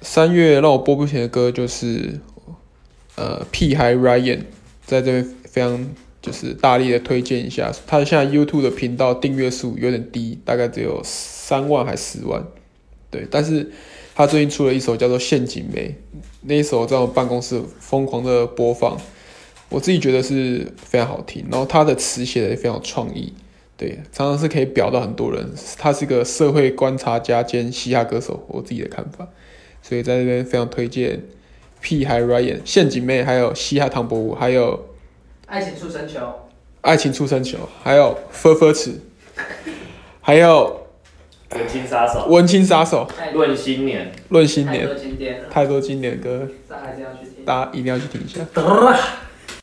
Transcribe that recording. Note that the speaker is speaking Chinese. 三月让我播不停的歌就是，呃，屁孩 Ryan 在这边非常就是大力的推荐一下，他现在 YouTube 的频道订阅数有点低，大概只有三万还四万，对，但是他最近出了一首叫做《陷阱梅》，那一首在我办公室疯狂的播放，我自己觉得是非常好听，然后他的词写的也非常有创意。对，常常是可以表到很多人，他是个社会观察家兼嘻哈歌手，我自己的看法。所以在这边非常推荐屁孩 Ryan、陷阱妹，还有嘻哈唐伯虎，还有爱情速生球，爱情出生球，还有分分尺，还有文青杀手，文青杀手，太论新年，论新太年，多经典了，太多经典歌，这还是要去听。大家一定要去听一下。得啦